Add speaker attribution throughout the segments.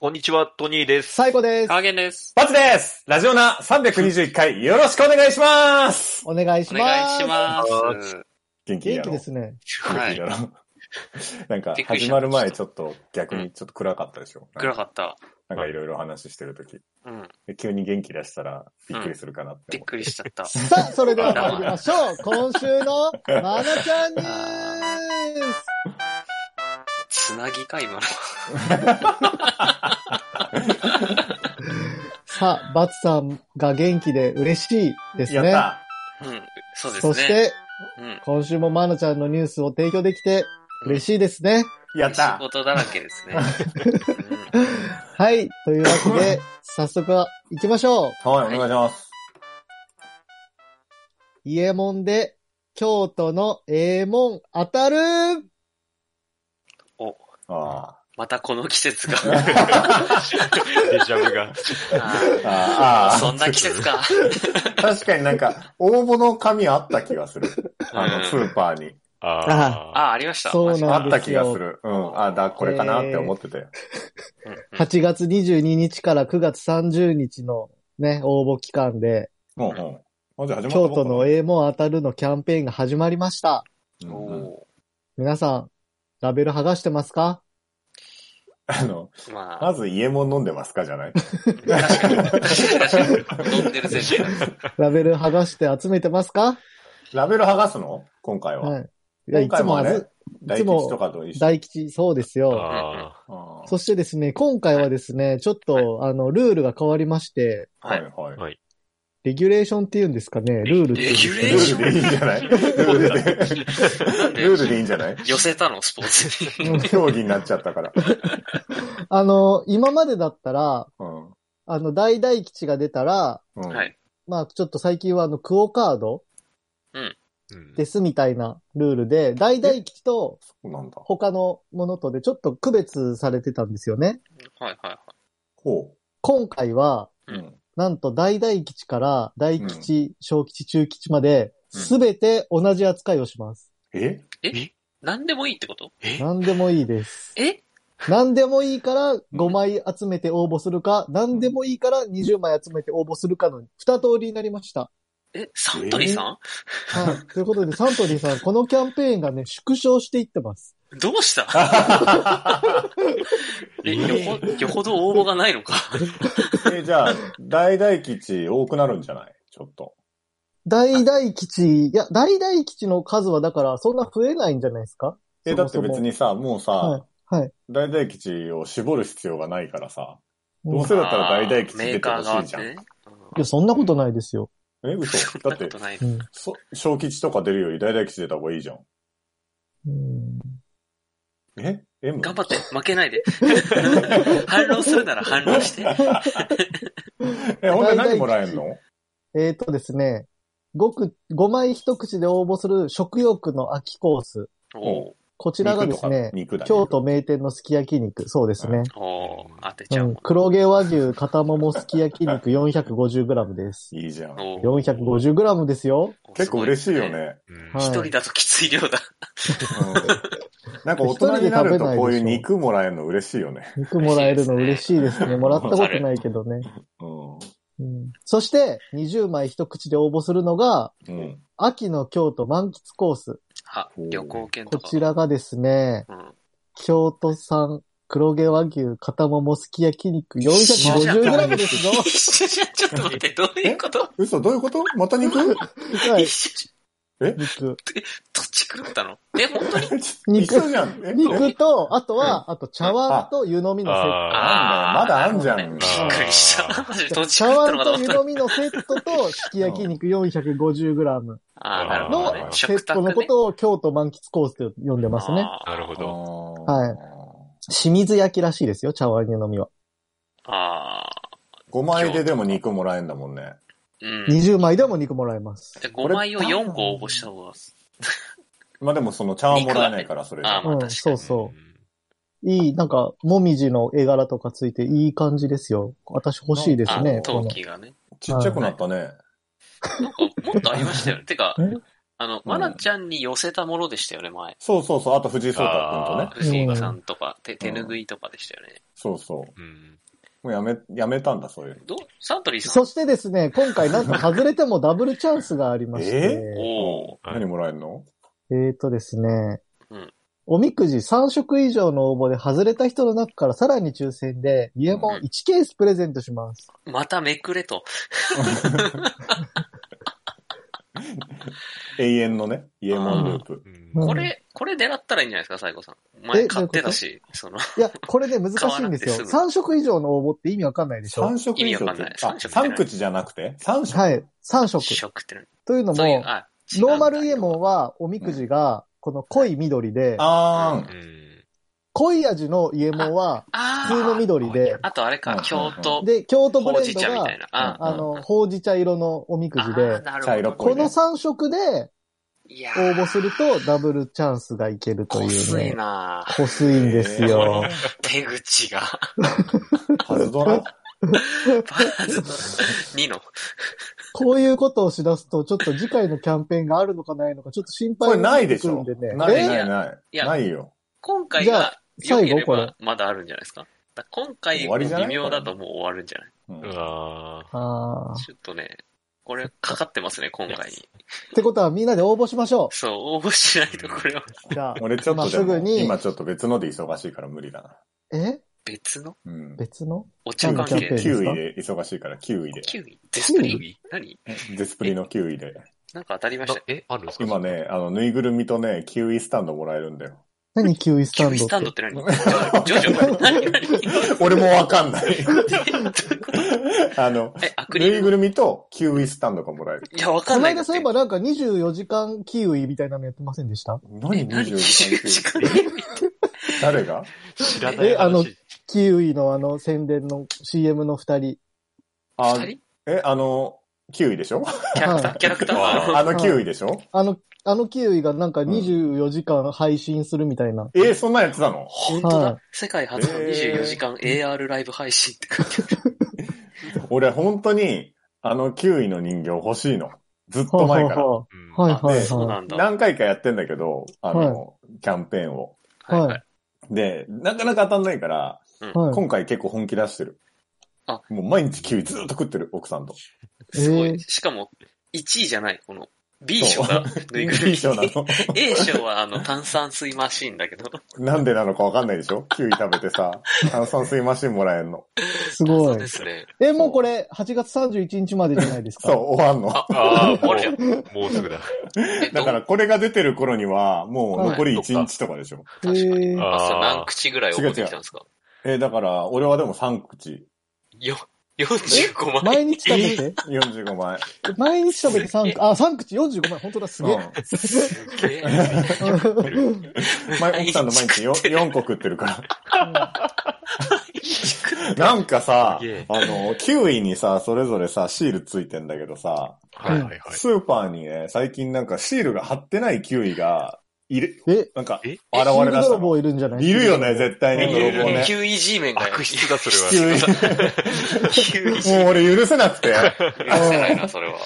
Speaker 1: こんにちは、トニーです。
Speaker 2: 最後です。
Speaker 3: 加減です。
Speaker 4: バツですラジオナ321回よろしくお願いします
Speaker 2: お願いしま
Speaker 3: お
Speaker 2: す。
Speaker 3: 願いします。
Speaker 4: 元気
Speaker 2: 元
Speaker 4: にやろ
Speaker 2: 気
Speaker 4: う
Speaker 2: ですね。
Speaker 3: は
Speaker 4: 元気
Speaker 3: い
Speaker 4: や。ろう なんか
Speaker 3: びっくりし
Speaker 4: 始
Speaker 3: た
Speaker 4: まる前ちょっと逆にちょっと暗かったでしょ
Speaker 3: 暗かった。
Speaker 4: なんかいろいろ話してるとき。
Speaker 3: うん。
Speaker 4: で急に元気出したらびっくりするかなって
Speaker 3: びっ
Speaker 4: 思
Speaker 3: くりしちゃった。
Speaker 2: さあ、それでは参りましょう。今週のまなちゃんニュース
Speaker 3: つなぎか、今の。
Speaker 2: さあ、バツさんが元気で嬉しいです
Speaker 4: う。
Speaker 2: ね。
Speaker 4: やった
Speaker 3: うん。そうです
Speaker 2: そ
Speaker 3: ね。
Speaker 2: して、
Speaker 3: うん。
Speaker 2: 今週もまなちゃんのニュースを提供できて嬉しいですね。
Speaker 4: やっ
Speaker 3: 仕
Speaker 4: た
Speaker 3: 事だらけです ね。
Speaker 2: はい。というわけ で、早速行きましょう。
Speaker 4: はい、お願いします。
Speaker 2: 伊右衛門で、京都のええもん当たる
Speaker 3: うんお、
Speaker 4: あ
Speaker 3: またこの季節 が。
Speaker 1: デジャブが。
Speaker 3: あ
Speaker 4: ーあ
Speaker 3: ー
Speaker 4: ー。
Speaker 3: そんな季節か。
Speaker 4: 確かになんか、応募の紙あった気がする。あ
Speaker 3: うん
Speaker 4: の、スーパーに。
Speaker 1: ああ。
Speaker 3: あ、ありました。
Speaker 2: そう
Speaker 4: あ
Speaker 2: な
Speaker 4: っ
Speaker 2: ん
Speaker 4: た
Speaker 2: です
Speaker 4: 気が
Speaker 2: よ
Speaker 4: す。る。うん。あ、だ、これかなって思ってて。
Speaker 3: うんうん
Speaker 2: 8月22日から9月30日のね、応募期間で、
Speaker 4: うんうん。まず始まった
Speaker 2: 京都のええもん当たるのキャンペーンが始まりました。
Speaker 4: うん
Speaker 3: お
Speaker 2: 皆さん、ラベル剥がしてます か
Speaker 4: あの、
Speaker 3: ーまあ
Speaker 4: ま、ず家も飲んでますかじゃない
Speaker 3: 確かに、確かに、確かに、飲んでる前提なんです。
Speaker 2: ラベル剥がして集めてますか
Speaker 4: ラベル剥がすの今回は。
Speaker 2: はい。いや、
Speaker 4: 今
Speaker 2: いつ
Speaker 4: 回
Speaker 2: も
Speaker 4: も
Speaker 2: は
Speaker 4: あれ
Speaker 2: ず、
Speaker 4: 大吉とかと一緒。
Speaker 2: 大吉、そうですよ。
Speaker 1: ああ。
Speaker 4: あー
Speaker 2: そしてですね、今回はですね、ちょっと、あの、ルールが変わりまして、
Speaker 4: はいはい。
Speaker 1: はい
Speaker 2: レギュレーションって言うんですかね、ルールっていうんですかね
Speaker 3: レギュレ
Speaker 4: ル
Speaker 3: ー
Speaker 4: ー
Speaker 3: シ
Speaker 4: ルでいいんじゃないルールで。ルールでいいんじ ゃない
Speaker 3: 寄せたの、スポーツに。
Speaker 4: 競技になっちゃったから。
Speaker 2: あの、今までだったら、
Speaker 4: うん。
Speaker 2: あの、大大吉が出たら、
Speaker 4: うん
Speaker 3: はい。
Speaker 2: まあ、ちょっと最近はあの、クオカード
Speaker 1: うん
Speaker 2: ですみたいなルールで、大大吉と
Speaker 4: そうなんだ。
Speaker 2: 他のものとでちょっと区別されてたんですよね。
Speaker 3: はいはいはい。
Speaker 4: ほ
Speaker 2: 今回は、
Speaker 4: う。うん。
Speaker 2: なんと大大吉から大吉、小吉、中吉まで、
Speaker 4: うん
Speaker 2: すべて同じ扱いをします。
Speaker 4: え
Speaker 3: 何でもいいってこと
Speaker 1: うん
Speaker 2: 何でもいいです。
Speaker 3: え
Speaker 2: 何でもいいから5枚集めて応募するか、何でもいいから20枚集めて応募するかの2通りになりました。
Speaker 3: え、サントリーさ
Speaker 2: はい。ということで、サントリーさん、このキャンペーンがね、縮小していってます。
Speaker 3: んどうした え、よほ、よほど応募がないのか。
Speaker 4: え、じゃあ、大大吉多くなるんじゃないちょっと。
Speaker 2: 大大吉、いや、大大吉の数はだから、そんな増えないんじゃないですか
Speaker 4: え、だって別。にさ、もうさ、
Speaker 2: そもはい。はい。
Speaker 4: 大大吉を絞る必要がないからさ。どうせだったら大大吉
Speaker 3: メ
Speaker 4: 出
Speaker 3: ー
Speaker 4: て
Speaker 3: カー
Speaker 4: ほ
Speaker 3: があ
Speaker 4: しい
Speaker 3: っ
Speaker 4: じ
Speaker 3: て
Speaker 4: ゃん。
Speaker 3: ね。
Speaker 2: いや、そんなことないですよ。
Speaker 4: え、嘘だ
Speaker 3: だ
Speaker 4: っ
Speaker 3: ってて、ない。
Speaker 2: うん。
Speaker 4: そ小吉とか出るより大大吉出た方がいいじゃん。
Speaker 2: うん
Speaker 4: え ?M?
Speaker 3: 頑張って、負けないで。 反論するなら反論して。
Speaker 4: え、ほんで何もらえんの
Speaker 2: えっ、とですね、ごく、5枚一口で応募する食欲の秋コース。
Speaker 3: お
Speaker 2: こちらがですね、
Speaker 4: 肉とか肉だ、ね。
Speaker 2: 京都名店のすき焼き肉。そうですね。
Speaker 3: おおー当てち
Speaker 2: う
Speaker 3: ゃお
Speaker 2: ん
Speaker 3: う。。
Speaker 2: 黒毛和牛肩ももすき焼き肉 450g です。
Speaker 4: いいじゃん。
Speaker 3: おー
Speaker 2: 450g ですよ。
Speaker 4: 結構嬉しいよ。
Speaker 3: すごで
Speaker 4: ね。
Speaker 1: うん
Speaker 2: は
Speaker 3: す
Speaker 2: い
Speaker 3: 一人だときつい量だ。
Speaker 4: うんなんか大人になるとこういう肉もらえるの嬉しいよね。
Speaker 2: 肉もらえるの嬉しいですね。もらったことないけどね。
Speaker 4: うん。
Speaker 2: うん、そして、20枚一口で応募するのが、
Speaker 4: うん。
Speaker 2: 秋の京都満喫コース。
Speaker 3: は、旅行券
Speaker 2: こと
Speaker 3: か。
Speaker 2: ちらがですね、
Speaker 3: うん。
Speaker 2: 京都産黒毛和牛肩ももすき焼き肉 450g ですよ。
Speaker 3: 一緒じゃん、ちょっと待って、どういうこと
Speaker 4: 嘘どういうことまた肉
Speaker 2: はい
Speaker 3: 一緒じゃん、
Speaker 2: 肉。
Speaker 3: どっち狂ったのえ、本当に
Speaker 2: 肉
Speaker 4: 一緒じゃん。え
Speaker 2: 肉と、あとは、あと茶碗と湯飲みのセット。
Speaker 4: なんだよまだあんじゃん
Speaker 3: びっくりした。マジでどっち
Speaker 2: 茶
Speaker 3: 狂ったの
Speaker 2: 碗
Speaker 3: かと
Speaker 2: と
Speaker 3: 思っ
Speaker 2: 湯
Speaker 3: た。
Speaker 2: 飲みのセットと、すき焼き肉 450g
Speaker 3: あーなるほどね
Speaker 2: の
Speaker 1: あ。
Speaker 2: セ
Speaker 3: 食
Speaker 2: ット
Speaker 3: 卓ね
Speaker 2: のことを京都満喫コースと呼んでますね。
Speaker 3: あー
Speaker 1: なるほど。
Speaker 2: はい清水焼きらしいですよ、茶碗湯飲みは。
Speaker 3: あ
Speaker 4: 5枚ででも肉もらえんだもんね。
Speaker 3: ーうん。
Speaker 2: 20枚でも肉もらえます。
Speaker 3: で5枚を4個応募した方が。
Speaker 4: まあでもその茶碗もらえないからそれ
Speaker 3: あー
Speaker 4: が。
Speaker 3: まあ
Speaker 2: う
Speaker 3: 確か
Speaker 2: ん、
Speaker 3: に
Speaker 2: そうそう。いい、なんか、もみじの絵柄とかついていい感じですよ。私欲しいです
Speaker 3: あ
Speaker 2: ね、こ
Speaker 3: 陶
Speaker 2: の。
Speaker 3: 器がね。
Speaker 4: ちっちゃくなった ね。
Speaker 3: なんか、もっとありましたよね。てか
Speaker 2: え、
Speaker 3: あの、まなちゃんに寄せたものでしたよね、前。
Speaker 4: そうそうそう。あと藤井聡太君とね。
Speaker 3: 藤井さんとか、手、手拭いとかでしたよね。
Speaker 4: そうそう。
Speaker 1: うん。
Speaker 4: もうやめ、やめたんだ、そういう
Speaker 3: どうサントリーさん
Speaker 2: そしてですね、今回なんと外れてもダブルチャンスがありまして、
Speaker 3: おお
Speaker 4: の。何もらえるの
Speaker 2: えーとですね
Speaker 3: うん、
Speaker 2: おみくじ3色以上の応募で外れた人の中からさらに抽選で、家も1ケースプレゼントします。
Speaker 3: まためくれと。
Speaker 4: 永遠のね、イエモンループ。
Speaker 1: うん
Speaker 2: うん
Speaker 3: これ、これ狙ったらいいんじゃないですか、サイコさん。前買ってたし、その、
Speaker 2: いや、これね、難しいんです
Speaker 3: 買わなくて
Speaker 2: よ。
Speaker 3: 済む
Speaker 2: 3色以上の応募って意味わかんないでしょ
Speaker 4: 三色以上
Speaker 3: 意
Speaker 4: っ
Speaker 3: 味わかんない
Speaker 4: て。あ、
Speaker 3: 三色ってない
Speaker 4: 三口じゃなくて三色
Speaker 2: はい。3色。
Speaker 3: ショックってる。
Speaker 2: というのも、
Speaker 3: そういう、あ、違うんだ
Speaker 2: ノーマルイエモンはおみくじが、この濃い緑で、
Speaker 4: あーん。
Speaker 1: うん
Speaker 2: 濃い味のイエモンは
Speaker 3: あー
Speaker 2: 普通の緑で、
Speaker 3: あとあれか
Speaker 4: うん、
Speaker 3: 京都、
Speaker 2: で、京都ブ
Speaker 3: ほう
Speaker 2: レ
Speaker 3: じ
Speaker 2: ンド
Speaker 3: 茶みたい
Speaker 2: が、
Speaker 3: な。あ
Speaker 2: あの、ほうじ茶色のおみくじで、
Speaker 3: あー
Speaker 4: 茶色っぽ
Speaker 2: こ
Speaker 4: いね
Speaker 2: の3色で
Speaker 3: いや
Speaker 2: 応募するとダブルチャンスがいけると
Speaker 3: と
Speaker 2: いう
Speaker 3: い
Speaker 2: ね。
Speaker 3: なぁ
Speaker 2: 濃すいんですよ。
Speaker 3: 手口が。
Speaker 4: パズドラ
Speaker 3: 2の。
Speaker 2: こういうことをしだすと、ちょっと次回のキャンペーンがあるのかないのか、ちょっと心
Speaker 4: こ
Speaker 2: 配
Speaker 4: れ
Speaker 2: に
Speaker 4: な
Speaker 2: ないって
Speaker 4: でし
Speaker 2: くる
Speaker 4: ょ
Speaker 2: んでね。
Speaker 4: ない
Speaker 2: え
Speaker 4: ないない
Speaker 3: い。や
Speaker 4: ないよ。
Speaker 3: 今回
Speaker 2: じゃ
Speaker 3: が
Speaker 2: あ、
Speaker 3: 良けれ
Speaker 2: 最後こ
Speaker 3: ば
Speaker 2: れ
Speaker 3: まだあるんじゃないですか。だから今回
Speaker 4: 終
Speaker 3: も
Speaker 4: わりじゃな
Speaker 3: 微
Speaker 4: い
Speaker 3: 妙だともう終わるんじゃない
Speaker 4: うん
Speaker 1: うわー
Speaker 2: あー
Speaker 3: ちょっとね、これかかってますね、今回に。
Speaker 2: ってことはみんなで応募しましょ
Speaker 3: そう、応募しないとこれは
Speaker 2: う。じゃあ、
Speaker 4: 俺ちょっとで
Speaker 2: 今す
Speaker 4: も
Speaker 2: ぐ、に
Speaker 4: 今ちょっと別ので忙しいから無理だな。
Speaker 2: え
Speaker 3: 別の
Speaker 4: うん。
Speaker 2: 別の
Speaker 3: お茶
Speaker 2: 何
Speaker 3: 関
Speaker 2: のキャンペーン
Speaker 3: 係。
Speaker 4: 9位で忙しいから9位で。
Speaker 3: キウイデスプリ何
Speaker 4: デスプリの9位で。
Speaker 3: なんか当たりました
Speaker 1: な。え、あるんですか
Speaker 4: 今。ね、あの、ぬいぐるみとね、キウイスタンドもらえるん だよ。
Speaker 2: 何キウイス
Speaker 3: キ
Speaker 2: タ
Speaker 3: ウ
Speaker 2: ン
Speaker 3: イ
Speaker 2: ド
Speaker 3: スタ
Speaker 2: っ
Speaker 3: ンド
Speaker 2: て
Speaker 3: っ。て何ジョジョ何何
Speaker 4: 俺もわかんない。 あの、
Speaker 3: え、アク
Speaker 4: ぬ
Speaker 3: リ
Speaker 4: い
Speaker 3: ル
Speaker 4: ぐるみとキウイスタンドがもらえる。
Speaker 3: いや、わ
Speaker 2: こ
Speaker 3: かん
Speaker 2: の
Speaker 3: ないんだ
Speaker 2: 間
Speaker 3: って。
Speaker 2: そういえばなんか24時間キウイみたいなのやってませんでした
Speaker 4: 何
Speaker 3: 何
Speaker 4: 24時間キウイ
Speaker 3: 24時間
Speaker 4: 誰が
Speaker 1: 知らない話。
Speaker 2: えあのキウイのあの宣伝の CM の二人。
Speaker 4: あ
Speaker 3: 二人
Speaker 4: え、あの、キウイでしょ
Speaker 3: キャラクタ
Speaker 2: は
Speaker 3: ーキャラクター
Speaker 1: あ
Speaker 4: あのキウイでしょ
Speaker 2: あの、あのキウイがなんか24時間配信するみたいな。
Speaker 4: え、そんなんやってたの
Speaker 3: 本当
Speaker 2: はい
Speaker 3: だ。世界初の24時間 AR ライブ配信って書いてある。
Speaker 4: 俺本当に、あのキウイの人形欲しいの。ずっと前から。
Speaker 2: は
Speaker 1: うん
Speaker 2: あはあはいはい
Speaker 4: あで
Speaker 3: そう
Speaker 2: は
Speaker 3: なんだ。
Speaker 4: 何回かやってんだけど、あの、キャンペーンを。
Speaker 2: い。はい。
Speaker 4: で、なかなか当たんないから、
Speaker 2: はい。
Speaker 4: 今回結構本気出してる。
Speaker 3: あ
Speaker 4: もう毎日キウイずっと食ってる、奥さんと。
Speaker 3: すご
Speaker 2: え
Speaker 3: い。
Speaker 2: ー
Speaker 3: しかも、1位じゃない、この B 賞がぬいぐるみ。
Speaker 4: いい人なの。
Speaker 3: A 賞はあの炭酸水マシンだけど、
Speaker 4: なんでなのかわかんないでしょキウイ食べてさ、炭酸水マシンもらえんの。
Speaker 2: す
Speaker 3: そ
Speaker 2: ご
Speaker 3: う
Speaker 2: い
Speaker 3: で。すね。
Speaker 2: え、もうこれ8月31日までじゃないですか。
Speaker 4: そう、終わんの。
Speaker 3: あ、あー、終わるじゃん。
Speaker 1: もうすぐだ。
Speaker 3: え
Speaker 4: だからこれが出てる頃には、もう残り
Speaker 1: はい
Speaker 4: 1日とかでしょ。
Speaker 2: えー
Speaker 1: あ
Speaker 3: 朝何口ぐらい送ってきたんですか
Speaker 4: えーだから、俺はでも3口。
Speaker 3: よ、45枚。
Speaker 2: 毎日食べて
Speaker 4: 45枚。
Speaker 2: 毎日食べて3口。あ、3口45枚。本当だ、すげえ。
Speaker 4: う
Speaker 3: すげえ。
Speaker 4: ん。前、奥さんの毎日 4, 4個食ってるから。なんかさ
Speaker 1: すげえ、
Speaker 4: あの、キウイにさ、それぞれさ、シールついてんだけどさ、
Speaker 1: はいはいはい。
Speaker 4: スーパーにね、最近なんかシールが貼ってないキウイが、いる、
Speaker 2: え、
Speaker 4: なんか、
Speaker 1: え
Speaker 4: 現
Speaker 2: シー
Speaker 4: れ
Speaker 2: ル
Speaker 4: だした
Speaker 2: 泥
Speaker 4: の。
Speaker 2: 棒いるんじゃない
Speaker 4: いるよね、絶対に。
Speaker 1: いるいる
Speaker 4: 泥棒ね。
Speaker 3: QEG 面が
Speaker 1: 悪質だ、それ
Speaker 4: キ
Speaker 1: は。
Speaker 4: ウイ。 もう
Speaker 3: QEG
Speaker 4: 俺許せなくて、
Speaker 3: 面出せないな、それは。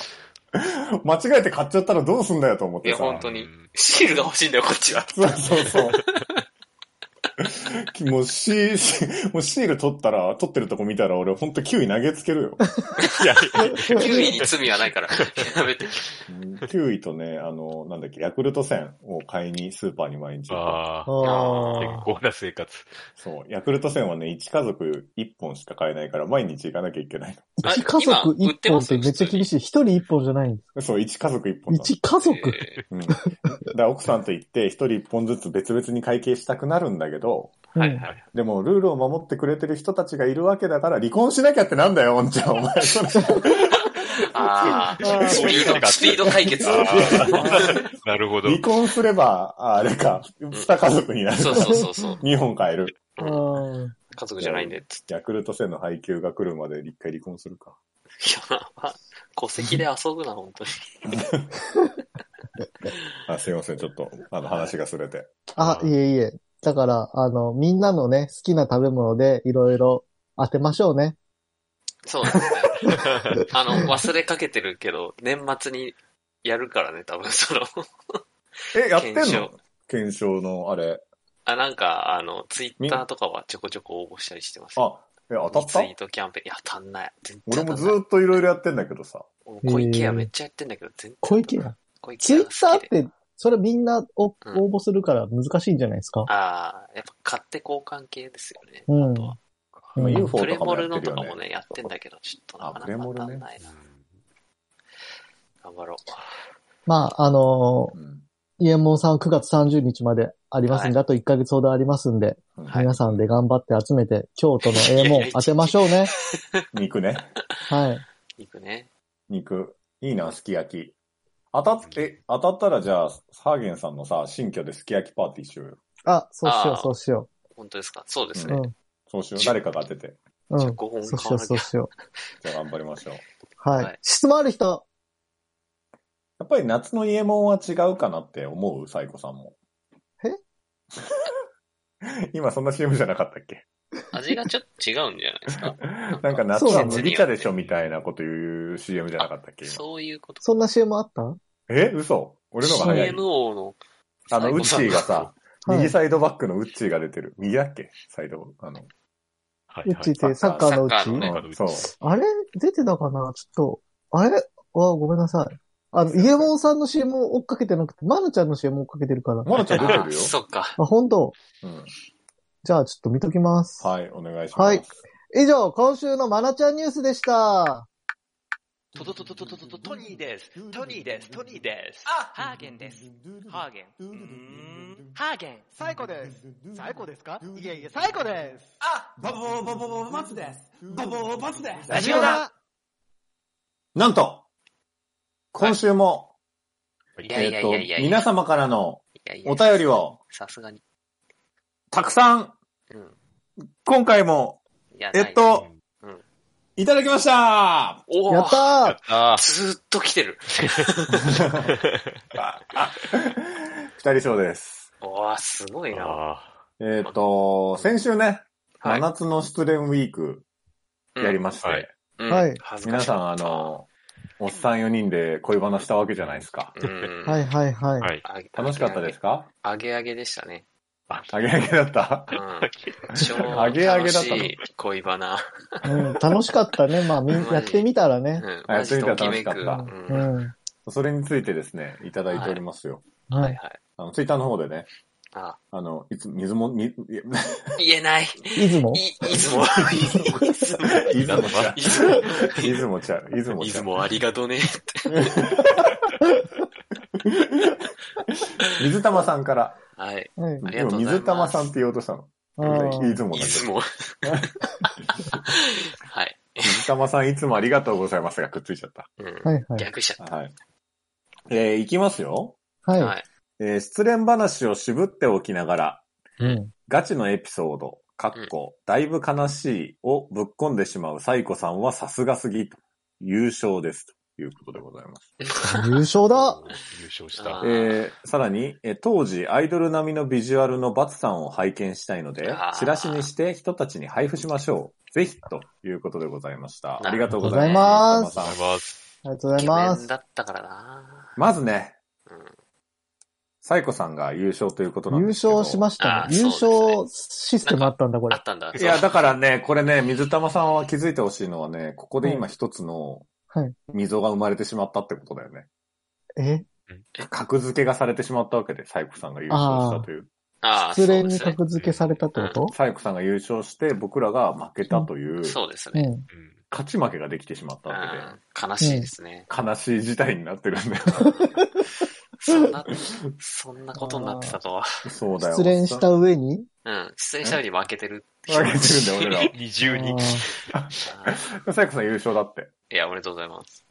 Speaker 4: 間違えて買っちゃったらどうすんだよと思っ
Speaker 3: い
Speaker 4: て
Speaker 3: や、
Speaker 4: さ。
Speaker 3: 本当に。シールが欲しいんだよ、こっちは。
Speaker 4: そうそうそう。 もうシーシもうシール取ったら、取ってるとこ見たら俺ほんとキウイ投げつけるよ。
Speaker 1: いや、
Speaker 3: 9位に罪はないから。やめて。
Speaker 4: キウイとね、あの、なんだっけ、ヤクルト1000を買いにスーパーに毎日行く。
Speaker 1: ああ、
Speaker 2: あ
Speaker 1: 結構な生活。
Speaker 4: そう。ヤクルト1000はね、1家族1本しか買えないから毎日行かなきゃいけない
Speaker 2: あ。1家族
Speaker 3: 今売っ
Speaker 2: 1
Speaker 3: て
Speaker 2: 本
Speaker 3: ま
Speaker 2: っ
Speaker 3: す
Speaker 2: てめっちゃ厳しい。1人1本じゃないんで
Speaker 4: の。 そう、1家族1本だ。
Speaker 2: す。1家族
Speaker 3: え
Speaker 4: うん。だから奥さんと行って、1人1本ずつ別々に会計したくなるんだけど、
Speaker 2: う
Speaker 3: ー
Speaker 2: ん
Speaker 3: はいはい。
Speaker 4: でも、ルールを守ってくれてる人たちがいるわけだから、離婚しなきゃってなんだよ、おんちゃん、お前。それ
Speaker 3: ああ、スピード、スピード 解決。
Speaker 1: あー なるほど。
Speaker 4: 離婚すれば、ああれか、二家族になる。
Speaker 3: そうそうそうそう。
Speaker 4: 二本買える。
Speaker 2: うん
Speaker 3: 家族じゃないんで、つっ
Speaker 4: ヤクルト1000の配給が来るまで一回離婚するか。
Speaker 3: て。いや、まあ、戸籍で遊ぶな、本当に。
Speaker 4: あ、すいません、ちょっと、あの、話がそれて。
Speaker 2: あ、いえいえ。だから、あの、みんなのね、好きな食べ物でいろいろ当てましょうね。
Speaker 3: そうなんですね。あの、忘れかけてるけど、年末にやるからね、多分その。
Speaker 4: え、やってん
Speaker 3: 検
Speaker 4: の
Speaker 3: 証
Speaker 4: 検証のあれ。
Speaker 3: あ、なんか、あの、ツイッターとかはちょこちょこ応募したりしてます。
Speaker 4: あ、え、当たっ
Speaker 3: リ
Speaker 4: た
Speaker 3: ツイートキャンペーン。いや、当たんない。全然
Speaker 4: 俺もず
Speaker 3: っ
Speaker 4: ーっといろいろやってんだけどさ。
Speaker 3: と。小池屋めっちゃやってんだけど、全然当
Speaker 2: 小
Speaker 3: たんない。
Speaker 2: 池が。
Speaker 3: 小池
Speaker 2: ツイ
Speaker 3: 屋
Speaker 2: ッター
Speaker 3: 好
Speaker 2: っ
Speaker 3: きで。
Speaker 2: て、それみんなお応募するから難しいんじゃないですか。
Speaker 3: ああ、やっぱ買って交換系ですよね。
Speaker 2: うん
Speaker 3: あとは
Speaker 2: うん
Speaker 4: まあ UFO
Speaker 3: プレ
Speaker 4: と
Speaker 3: モ
Speaker 4: かもや
Speaker 3: ルの
Speaker 4: ってる
Speaker 3: とか
Speaker 4: よ
Speaker 3: も
Speaker 4: ね。
Speaker 3: ね、やってんだけど、ちょっとなかな
Speaker 4: あプレ
Speaker 3: か
Speaker 4: モ
Speaker 3: 当
Speaker 4: ル
Speaker 3: た
Speaker 4: ね
Speaker 3: んないな。頑張ろ
Speaker 2: まあ、あのー、
Speaker 4: うん
Speaker 2: イエモンさんは9月30日までありますんで、あと1ヶ月ほどありますんで、
Speaker 4: うん
Speaker 3: はい
Speaker 2: 皆さんで頑張って集めて、京都のエモン当てましょうね。
Speaker 4: 肉ね。
Speaker 2: はい。
Speaker 3: う。いくね。
Speaker 4: 肉。いいな、すき焼き。当たって、当たったらじゃあ、ハーゲンさんのさ、新居ですき焼きパーティーしようよ。
Speaker 2: あ、そうしよ
Speaker 3: あ
Speaker 2: う、
Speaker 3: ー
Speaker 2: そうしよ
Speaker 3: 本当ですかそうです
Speaker 2: う。
Speaker 3: ね。
Speaker 4: そうしよう。誰かが当てて。
Speaker 2: うん。
Speaker 3: じ
Speaker 2: う
Speaker 3: ゃあ
Speaker 2: ん。
Speaker 3: 5本
Speaker 2: そうし
Speaker 3: 買
Speaker 2: よう、
Speaker 3: わなき
Speaker 2: そ
Speaker 3: ゃ
Speaker 2: う。しよ
Speaker 4: じゃあ頑張りましょう。
Speaker 2: う。は
Speaker 3: はい
Speaker 2: い。質問ある人
Speaker 4: やっぱり夏の家門は違うかなって思うサイコさんも。
Speaker 2: え
Speaker 4: 今そんな CM じゃなかったっけ
Speaker 3: 味がちょっと違うんじゃないですか
Speaker 4: なんか夏は
Speaker 2: そう
Speaker 4: 麦茶でしょみたいなこと言う CM じゃなかったっけ今
Speaker 3: そういうこと。
Speaker 2: そんな CM あった
Speaker 4: え嘘俺のが早い。
Speaker 3: CMO の、
Speaker 4: あの、ウッチーがさ、
Speaker 2: はい
Speaker 4: 右サイドバックのウッチーが出てる。右だっけサイド、あの、
Speaker 1: は
Speaker 2: う
Speaker 1: いは
Speaker 2: ちっ
Speaker 1: い。
Speaker 2: てサッカーのうち
Speaker 3: サッカーのね
Speaker 4: うんそう。
Speaker 2: あれ出てたかなちょっと。あれわ、ごめんなさい。あの、イエモンさんの CM を追っかけてなくて、マナちゃんの CM を追っかけてるから。
Speaker 4: まだちゃん出て
Speaker 3: あ
Speaker 4: るよ。
Speaker 3: そっか。
Speaker 2: あ、本当
Speaker 4: うん。
Speaker 2: じゃあちょっと見ときます。
Speaker 4: はい、お願いします。
Speaker 2: はい以上、今週のマナちゃんニュースでした。
Speaker 5: トトトトトトトトトニーです。トニーです。トニーです。あ、ハーゲンです。ハーゲン。うーんハーゲン。
Speaker 6: サイコです。サイコですかいえいえ、サイコです。
Speaker 5: あ、バボーバボーバボーバツです。バボーバツです。
Speaker 6: ラジ
Speaker 5: オ
Speaker 6: だ
Speaker 4: なんと、今週も、
Speaker 3: いや
Speaker 4: え
Speaker 3: い
Speaker 4: っ
Speaker 3: やい
Speaker 4: と
Speaker 3: やいや、いや
Speaker 4: 皆様からの
Speaker 3: いや
Speaker 4: お便りを、
Speaker 3: さすがに。
Speaker 4: たくさん、
Speaker 3: うん。
Speaker 4: 今回も、
Speaker 3: いや
Speaker 4: えっ、と
Speaker 3: うん、
Speaker 4: いただきました
Speaker 3: お
Speaker 2: や
Speaker 3: や
Speaker 2: っ
Speaker 3: った
Speaker 1: や
Speaker 2: た
Speaker 1: ったー
Speaker 3: ずーっと来てる。
Speaker 4: 二人賞です。
Speaker 3: おー、すごいな。
Speaker 1: あ
Speaker 4: えっ、と、先週ね、
Speaker 3: はい
Speaker 4: 真夏の失恋ウィークやりまして、
Speaker 1: うんはい
Speaker 2: は
Speaker 3: うん
Speaker 2: い
Speaker 3: 恥ずか
Speaker 4: 皆
Speaker 3: しか
Speaker 4: さんあ
Speaker 3: った
Speaker 4: の、おっさん4人で恋バナしたわけじゃないですか。
Speaker 3: うん。
Speaker 2: はいはいは
Speaker 1: ー
Speaker 2: い。
Speaker 1: はい。
Speaker 3: あげ
Speaker 4: 楽しかったですか
Speaker 3: あげあげでしたね。
Speaker 4: あげあげだった
Speaker 3: うん。超
Speaker 4: あげあげだったの
Speaker 3: 楽しい恋バナ。
Speaker 2: うん、楽しかったね。まあ、みん
Speaker 3: マジ
Speaker 2: やってみたら
Speaker 3: う
Speaker 2: ね。
Speaker 3: ん。
Speaker 4: あやってみ
Speaker 3: マ
Speaker 4: たら
Speaker 3: ジドキメく
Speaker 4: 楽しかっ
Speaker 2: う
Speaker 3: うん。
Speaker 2: ん。
Speaker 4: それについてですね、いただいておりますよ。
Speaker 2: は
Speaker 3: はい
Speaker 2: い。
Speaker 3: はい。
Speaker 4: あの、ツイッターの方でね、
Speaker 3: あ、
Speaker 4: あの、いつ、水も、み、い
Speaker 3: 言えない。い、
Speaker 2: 出雲
Speaker 3: いつも。いつも。
Speaker 4: 出雲
Speaker 1: な
Speaker 4: 茶
Speaker 1: ん。
Speaker 3: いつも。
Speaker 4: 出雲茶。出雲
Speaker 3: い
Speaker 4: 茶
Speaker 3: つ。もありがとね。
Speaker 4: 水玉さんから。
Speaker 3: はい。
Speaker 2: はい。
Speaker 3: ありがとうございます
Speaker 4: 今水玉さんって言おうとしたの。
Speaker 2: あー
Speaker 4: いつも
Speaker 3: い
Speaker 4: だけ
Speaker 3: つ
Speaker 4: ど。
Speaker 3: も。はい。
Speaker 4: 水玉さんいつもありがとうございますがくっついちゃった。
Speaker 3: うん。
Speaker 2: はいはい。
Speaker 3: 逆しちゃっ
Speaker 4: はい。えー、いきますよ。
Speaker 2: は
Speaker 3: た。
Speaker 2: い。
Speaker 3: はい。
Speaker 4: えー、失恋話を渋っておきながら、
Speaker 2: うん。
Speaker 4: ガチのエピソード、かっこ、だいぶ悲しいをぶっこんでしまうサイコさんはさすがすぎと、優勝ですということでございます。
Speaker 2: 優勝だ
Speaker 1: 優勝した
Speaker 3: あ
Speaker 4: え。ー、さらに、えー当時アイドル並みのビジュアルのバツさんを拝見したいので
Speaker 3: あ、ー
Speaker 4: チラシにして人たちに配布しましょう。ぜひということでございました。ありがとうございます。
Speaker 1: ありがとうございます。
Speaker 2: ありがとうござ
Speaker 3: イ
Speaker 2: い
Speaker 3: ケ
Speaker 2: ま
Speaker 3: メン
Speaker 2: す。
Speaker 3: だったからな。
Speaker 4: まずね、
Speaker 3: うん。
Speaker 4: サイコさんが優勝ということなん
Speaker 2: 優
Speaker 4: ですけど。
Speaker 2: 勝しました
Speaker 3: あ
Speaker 2: ね。優
Speaker 3: そう
Speaker 2: 勝システムあったんだ、こ
Speaker 3: あ
Speaker 2: れ
Speaker 3: っ。たんだ。
Speaker 4: いや、だからね、これね、水玉さんは気づいてほしいのはね、ここで今一つの
Speaker 2: はい
Speaker 4: 溝が生まれてしまったってことだよね。
Speaker 2: え
Speaker 4: 格付けがされてしまったわけで、サイコさんが優勝したという。
Speaker 3: ああ
Speaker 2: 失恋に
Speaker 3: そう
Speaker 2: 格付けされたってこ
Speaker 4: サイコさんが優勝して、僕らが負けたという
Speaker 3: で、すねそうです
Speaker 2: とう
Speaker 3: ね。
Speaker 2: ん。
Speaker 1: うん
Speaker 4: 勝ち負けができてしまった
Speaker 3: う
Speaker 4: わけで
Speaker 3: ん。悲しいですね。、
Speaker 4: 悲しい事態になってるん だよ。
Speaker 3: そんな、そんなことになってたとは。
Speaker 4: そうだよ。
Speaker 2: 失恋した上に
Speaker 3: うん。失恋したより負けてるって
Speaker 4: 負けてるんだよ、
Speaker 1: 二重に。ありが
Speaker 3: ああ
Speaker 4: 俺 ら。サイコさん優勝だって。
Speaker 3: いや、おめでとうございます。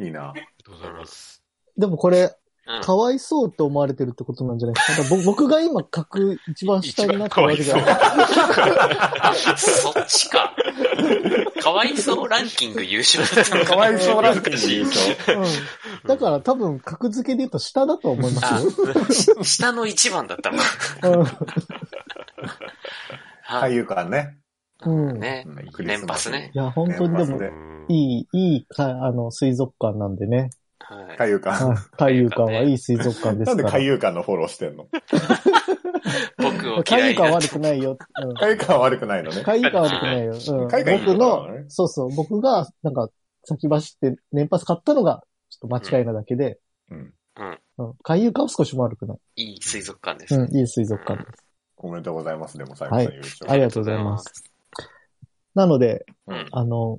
Speaker 4: いいな。
Speaker 1: とうございます。
Speaker 2: でもこれ、
Speaker 3: うん。
Speaker 2: かわいそうって思われてるってことなんじゃないですか。だからぼ僕が今格一番下になってるわけじゃ
Speaker 1: 一番
Speaker 2: ない。
Speaker 3: そっちか。かわいそうランキング優勝だったの
Speaker 4: か
Speaker 3: か
Speaker 4: わいそうランキング優勝。
Speaker 2: うん。だから多分格付けで言うと下だと思いま
Speaker 3: あ
Speaker 2: すよ。
Speaker 3: し 下の一番だったのか。は
Speaker 4: 俳優感ね。
Speaker 2: うん。うん。い
Speaker 3: ね。
Speaker 4: うん
Speaker 3: 連発ね。
Speaker 2: や、本当にで
Speaker 4: 連発
Speaker 2: も
Speaker 4: で、
Speaker 1: うん
Speaker 2: いい、いいか、あの、水族館なんでね。
Speaker 3: はい
Speaker 4: 海遊館。
Speaker 2: 海遊館はいい水族館で
Speaker 4: な
Speaker 2: す
Speaker 4: んで
Speaker 2: から。
Speaker 4: 海遊館のフォローしてんの
Speaker 3: 僕を
Speaker 2: 海遊
Speaker 3: 嫌いに
Speaker 2: 館は
Speaker 3: なっ
Speaker 2: 悪くないよ。うん
Speaker 4: 海遊館は悪くないのね。
Speaker 2: 海遊館は悪くないよ。うん、
Speaker 4: 海外にい
Speaker 2: 僕
Speaker 4: るからね
Speaker 2: の、そうそう、僕が、なんか、先走って年パス買ったのが、ちょっと間違いなだけで、
Speaker 4: うん。
Speaker 2: うん、海遊館は少しも悪くない。
Speaker 3: いい水族館です。
Speaker 2: うん、いい水族館です。
Speaker 4: おめでとうございます、でも、最後さん優勝。
Speaker 2: ありがとうございます。なので、
Speaker 4: うん
Speaker 2: あの、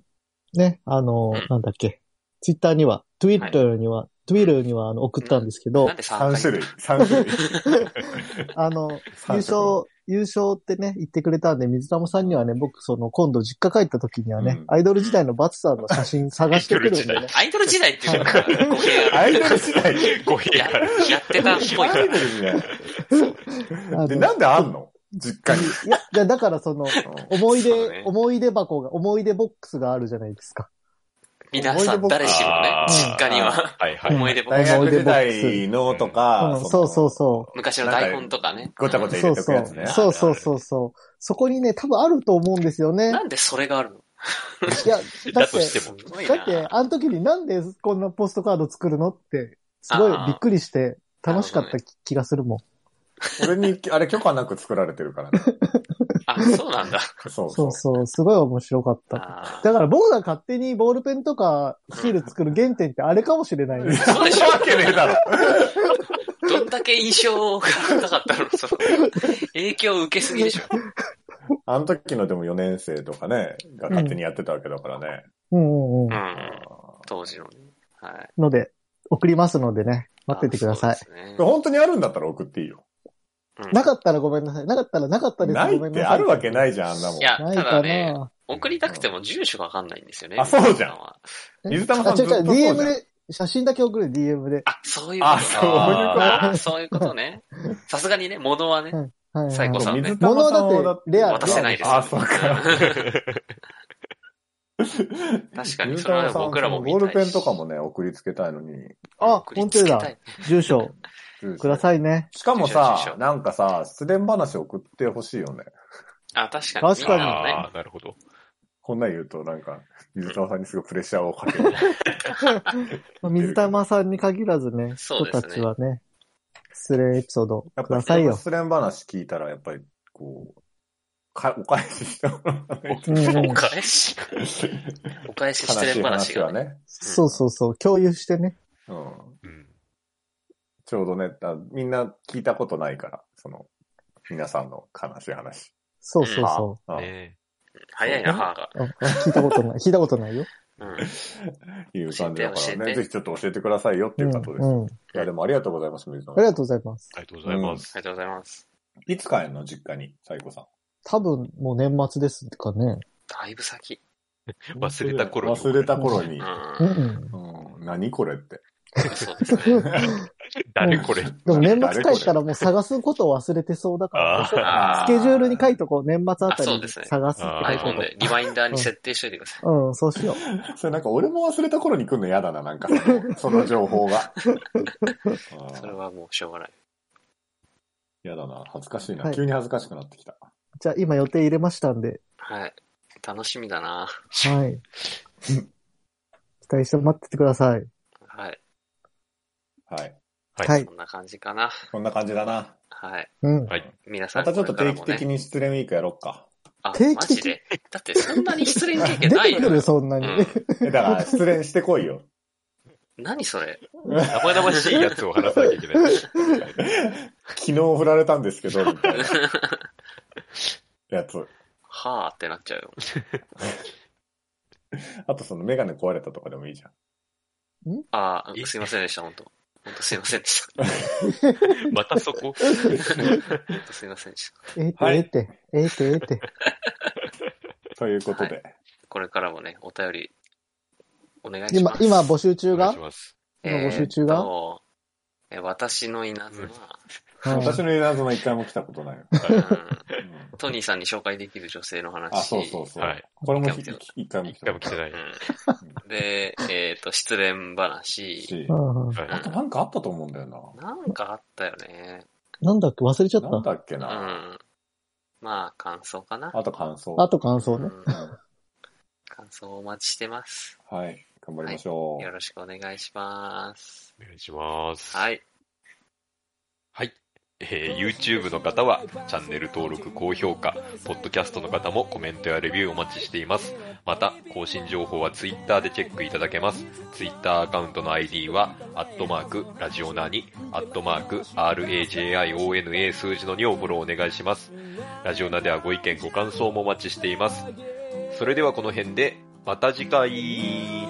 Speaker 2: ね、あの
Speaker 3: うん、
Speaker 2: なんだっけ、ツイッターには、ツイッターには、ツイッターにはあの送ったんですけど
Speaker 3: なん、で3回
Speaker 4: 3種類、3種類。
Speaker 2: あ の、優
Speaker 4: 三
Speaker 2: 勝
Speaker 4: 色、
Speaker 2: 優勝ってね、言ってくれたんで、水玉さんにはね、僕、その、今度実家帰った時にはね、
Speaker 4: うん
Speaker 2: アイドル時代のバツさんの写真探してくるんで
Speaker 1: アイド
Speaker 2: ね
Speaker 1: ル。
Speaker 3: アイドル時代っていうか、語弊あ
Speaker 4: ア
Speaker 3: る
Speaker 4: イドル時代。
Speaker 1: 語弊
Speaker 3: や
Speaker 1: がある。
Speaker 3: やってたっぽい
Speaker 4: アイドル時代。で、なんであんの実家に。
Speaker 2: いや、いやだからその、 思い
Speaker 3: そ
Speaker 2: 出、
Speaker 3: うね
Speaker 2: 思い出箱が、思い出ボックスがあるじゃないですか。
Speaker 3: 皆さん、誰しもね
Speaker 1: あ、
Speaker 3: 実
Speaker 1: ー
Speaker 3: 家には
Speaker 1: はいはい。
Speaker 3: 思い出僕
Speaker 4: 大学時代のとか
Speaker 2: う、ん、そうそうそ
Speaker 3: 昔の台本とかね。
Speaker 4: う。ごちゃご
Speaker 2: う。
Speaker 4: ちゃ
Speaker 2: そ
Speaker 4: 入
Speaker 2: う
Speaker 4: れと
Speaker 2: そ
Speaker 4: くや
Speaker 2: う
Speaker 4: つね。。
Speaker 2: そうそうそうそう。そこにね、多分あると思うんですよね。
Speaker 3: なんでそれがあるの
Speaker 2: いや、だ
Speaker 1: だ
Speaker 2: って
Speaker 1: と、して
Speaker 3: す
Speaker 1: も。
Speaker 3: ごい
Speaker 2: だっ
Speaker 3: な。
Speaker 2: て、あの時になんでこんなポストカード作るのって、すごいびっくりして、
Speaker 3: あー
Speaker 2: 楽しかった気がするもん。
Speaker 4: 俺に、あれ許可なく作られて るからね。
Speaker 3: あ、そうなんだ。
Speaker 4: そ
Speaker 2: そ
Speaker 4: うそう
Speaker 2: う。そう、すごい面白かった。
Speaker 3: あ
Speaker 2: だから僕が勝手にボールペンとかシール作る原点ってあれかもしれないね。
Speaker 3: ーそうでし
Speaker 4: なわけねえだろ。
Speaker 3: ょどんだけ印象がなか ったのその影響を受けすぎでしょ。
Speaker 4: あの時のでも4年生とかね、が勝手にやってたわけだからね。
Speaker 2: うんうんう。
Speaker 3: うんん。当時のね。はい。
Speaker 2: ので、送りますのでね、待っててください。
Speaker 3: そうですね
Speaker 4: これ本当にあるんだったら送っていいよ。
Speaker 3: うん
Speaker 2: なかったらごめんなさい。なかったらなかったです。
Speaker 4: ない
Speaker 2: ごめ
Speaker 4: っ
Speaker 2: んな
Speaker 4: て
Speaker 2: さい。
Speaker 4: あるわけないじゃん、あんなもん
Speaker 3: い。や、
Speaker 2: な
Speaker 3: た
Speaker 2: い
Speaker 3: だ
Speaker 2: か
Speaker 3: ね、
Speaker 2: な。
Speaker 3: 送りたくても住所がわかんないんですよね。
Speaker 4: あそうじ
Speaker 3: 皆
Speaker 4: ゃん
Speaker 3: さは。
Speaker 2: え
Speaker 4: 水玉さん
Speaker 2: あ、違う違う
Speaker 4: ずっとそうじゃん
Speaker 2: DM で、写真だけ送る、DM で。
Speaker 3: あ、そういうこと
Speaker 4: あそう
Speaker 1: いうこと
Speaker 3: あーそういうことね。さすがにね、物はね。
Speaker 2: はいはい
Speaker 3: 最後さんね
Speaker 4: 水玉
Speaker 2: 物
Speaker 4: さんを
Speaker 2: だって、レア。
Speaker 3: 渡せないです
Speaker 4: あ、そうか。
Speaker 3: 確かに、それは僕らも見
Speaker 4: ボ
Speaker 3: た
Speaker 4: ー
Speaker 3: い
Speaker 4: ル
Speaker 3: し。
Speaker 4: ペンとかもね、送りつけたいのに。
Speaker 2: あ
Speaker 3: 送りつけたい
Speaker 2: 住所くだ
Speaker 4: い。
Speaker 2: さいね。
Speaker 4: しかも
Speaker 3: 住所住
Speaker 4: さ
Speaker 3: 所、
Speaker 4: なんかさ、失恋話送ってほしいよね。
Speaker 3: あ、確かに。
Speaker 2: 確かに
Speaker 3: みんなのね
Speaker 1: ああ、なるほど。
Speaker 4: こんなん言うと、なんか、水沢さんにすごいプレッシャーをかける。
Speaker 2: まあ水玉さんに限らずね、
Speaker 3: そうです
Speaker 2: 人
Speaker 3: ね
Speaker 2: たちはね、失礼エピソード
Speaker 4: やっ
Speaker 2: く
Speaker 4: ぱ
Speaker 2: だ
Speaker 4: り、
Speaker 2: さいよ。
Speaker 4: 失恋話聞いたら、やっぱり、こう、かお返ししてもらわないと
Speaker 2: うんうん
Speaker 3: お返し。お返し失
Speaker 4: 悲し
Speaker 3: 礼
Speaker 4: い
Speaker 3: 話
Speaker 4: 話
Speaker 3: が
Speaker 4: は
Speaker 3: ね。
Speaker 4: ね。
Speaker 2: そうそうそう、共有してね。
Speaker 4: うん。
Speaker 1: うん。
Speaker 4: ちょうどね、あみんな聞いたことないから、その、皆さんの悲しい話。
Speaker 2: そうそうそ
Speaker 4: あ
Speaker 1: ね
Speaker 3: 早いな、母が。
Speaker 2: う。ああ聞いたことない、聞いたことないよ。
Speaker 3: うん。
Speaker 4: いう感じだか
Speaker 3: 教えて教
Speaker 4: ら
Speaker 3: え
Speaker 4: ね、
Speaker 3: て
Speaker 4: ぜひちょっと教えてくださいよって
Speaker 2: う
Speaker 4: い
Speaker 2: ん、
Speaker 4: う
Speaker 2: う
Speaker 4: ことです。
Speaker 2: ん。あ
Speaker 4: いや、でもありがとうございます、水野
Speaker 2: り
Speaker 4: さん。
Speaker 2: がとうございます。
Speaker 1: ありがとうございます。
Speaker 3: ありがとうございます。
Speaker 4: いつ帰んの実家に、サイコさん。
Speaker 2: 多分、もう年末ですかね。
Speaker 3: だいぶ先。
Speaker 1: 忘れた頃に
Speaker 4: 忘れた頃に
Speaker 3: う。。
Speaker 2: うんん。
Speaker 4: うん、何これって。
Speaker 3: そうですね。
Speaker 1: 誰これ
Speaker 2: でも年末帰ったらもう探すことを忘れてそうだから
Speaker 1: あ
Speaker 2: さ、
Speaker 3: あ
Speaker 2: スケジュールに書いとこう、年末あたり
Speaker 3: そう
Speaker 2: に
Speaker 3: ですね
Speaker 2: 探すって
Speaker 1: あ
Speaker 3: ー
Speaker 1: ー
Speaker 3: iPhone でリマインダーに設定しといてください。
Speaker 2: うん、そうしよう。
Speaker 4: それなんか俺も忘れた頃に来るの嫌だな、なんか。その情報が。うん
Speaker 3: それはもうしょうがない。
Speaker 4: 嫌だな、恥ずかしい
Speaker 2: は
Speaker 4: な。
Speaker 2: い
Speaker 4: 急に恥ずかしくなってきた。
Speaker 2: じゃあ今予定入れましたんで、
Speaker 3: はい。楽しみだな。
Speaker 2: はい。期待して待っててください。
Speaker 3: はい。
Speaker 4: はい。
Speaker 1: はい
Speaker 2: はい
Speaker 3: そ。んな感じかな。
Speaker 4: こんな感じだな。
Speaker 3: はい。
Speaker 2: うん。
Speaker 3: 皆さ
Speaker 4: ま
Speaker 3: ん、
Speaker 4: たちょっと定期的
Speaker 3: に。
Speaker 4: に失恋ウィークやろっか。
Speaker 3: あ、
Speaker 2: 定期的
Speaker 3: マジでだってそんなに失恋経
Speaker 2: 出
Speaker 3: 験ない
Speaker 2: て
Speaker 3: よ。
Speaker 2: くる、そんなに。
Speaker 3: う
Speaker 4: えだ から、失恋してこいよ。
Speaker 3: ん。何それ
Speaker 1: 生々しいやつを話さなきゃいけない。
Speaker 4: 昨日振られたんですけど、み たいなやつ。
Speaker 3: はぁってなっちゃうよ。
Speaker 4: あとそのメガネ壊れたとかでもいいじゃん。
Speaker 3: あーすいませんでした、本当本当すいませんでした。
Speaker 1: またそこ
Speaker 3: 本当すいませんでした。
Speaker 2: ええって、
Speaker 4: はい
Speaker 2: ええって、ええって、ええって。
Speaker 4: ということで。
Speaker 3: これからもね、お便り、お願いしま
Speaker 2: 今、
Speaker 3: す。
Speaker 2: 今募集中
Speaker 1: お願いし
Speaker 2: が
Speaker 1: ます。
Speaker 2: 今募集中が
Speaker 3: えーっとえ私の稲妻、
Speaker 4: 私の稲妻一回も来たことないよ。
Speaker 3: うん
Speaker 4: うん
Speaker 3: トニーさんに紹介できる女性の話。
Speaker 4: あ、そうそうそう。
Speaker 1: はい。
Speaker 4: これも
Speaker 3: 一回も来
Speaker 4: 一回も来
Speaker 1: 一
Speaker 4: た
Speaker 1: 回
Speaker 4: こ
Speaker 1: も来てない。
Speaker 3: うんで、えーっと、失恋
Speaker 4: とない
Speaker 3: 話。
Speaker 4: し
Speaker 2: う。んうん
Speaker 4: あとなんかあったと思うんだよ
Speaker 3: な
Speaker 4: な。
Speaker 3: んかあったよね。
Speaker 2: なんだっけ忘れちゃっ
Speaker 4: なん
Speaker 2: た。
Speaker 4: だっけ
Speaker 3: う
Speaker 4: な。
Speaker 3: ん。まあ、感想かな。
Speaker 4: あと感想。
Speaker 2: あと感想
Speaker 3: う
Speaker 2: ね。
Speaker 3: ん
Speaker 4: うん
Speaker 3: 感想お待ちしてます。
Speaker 4: はい。頑張りましょう。
Speaker 3: よろしくお願いします。
Speaker 1: お願いします。
Speaker 3: はい。
Speaker 1: はい。えー YouTube の方は、チャンネル登録、高評価、ポッドキャストの方もコメントやレビューお待ちしています。また、更新情報は Twitter でチェックいただけます。Twitter アカウントの ID は、アットマーク、ラジオナーに、アットマーク、RAJIONA 数字の2をフォローお願いします。ラジオナではご意見、ご感想もお待ちしています。それではこの辺で、また次回。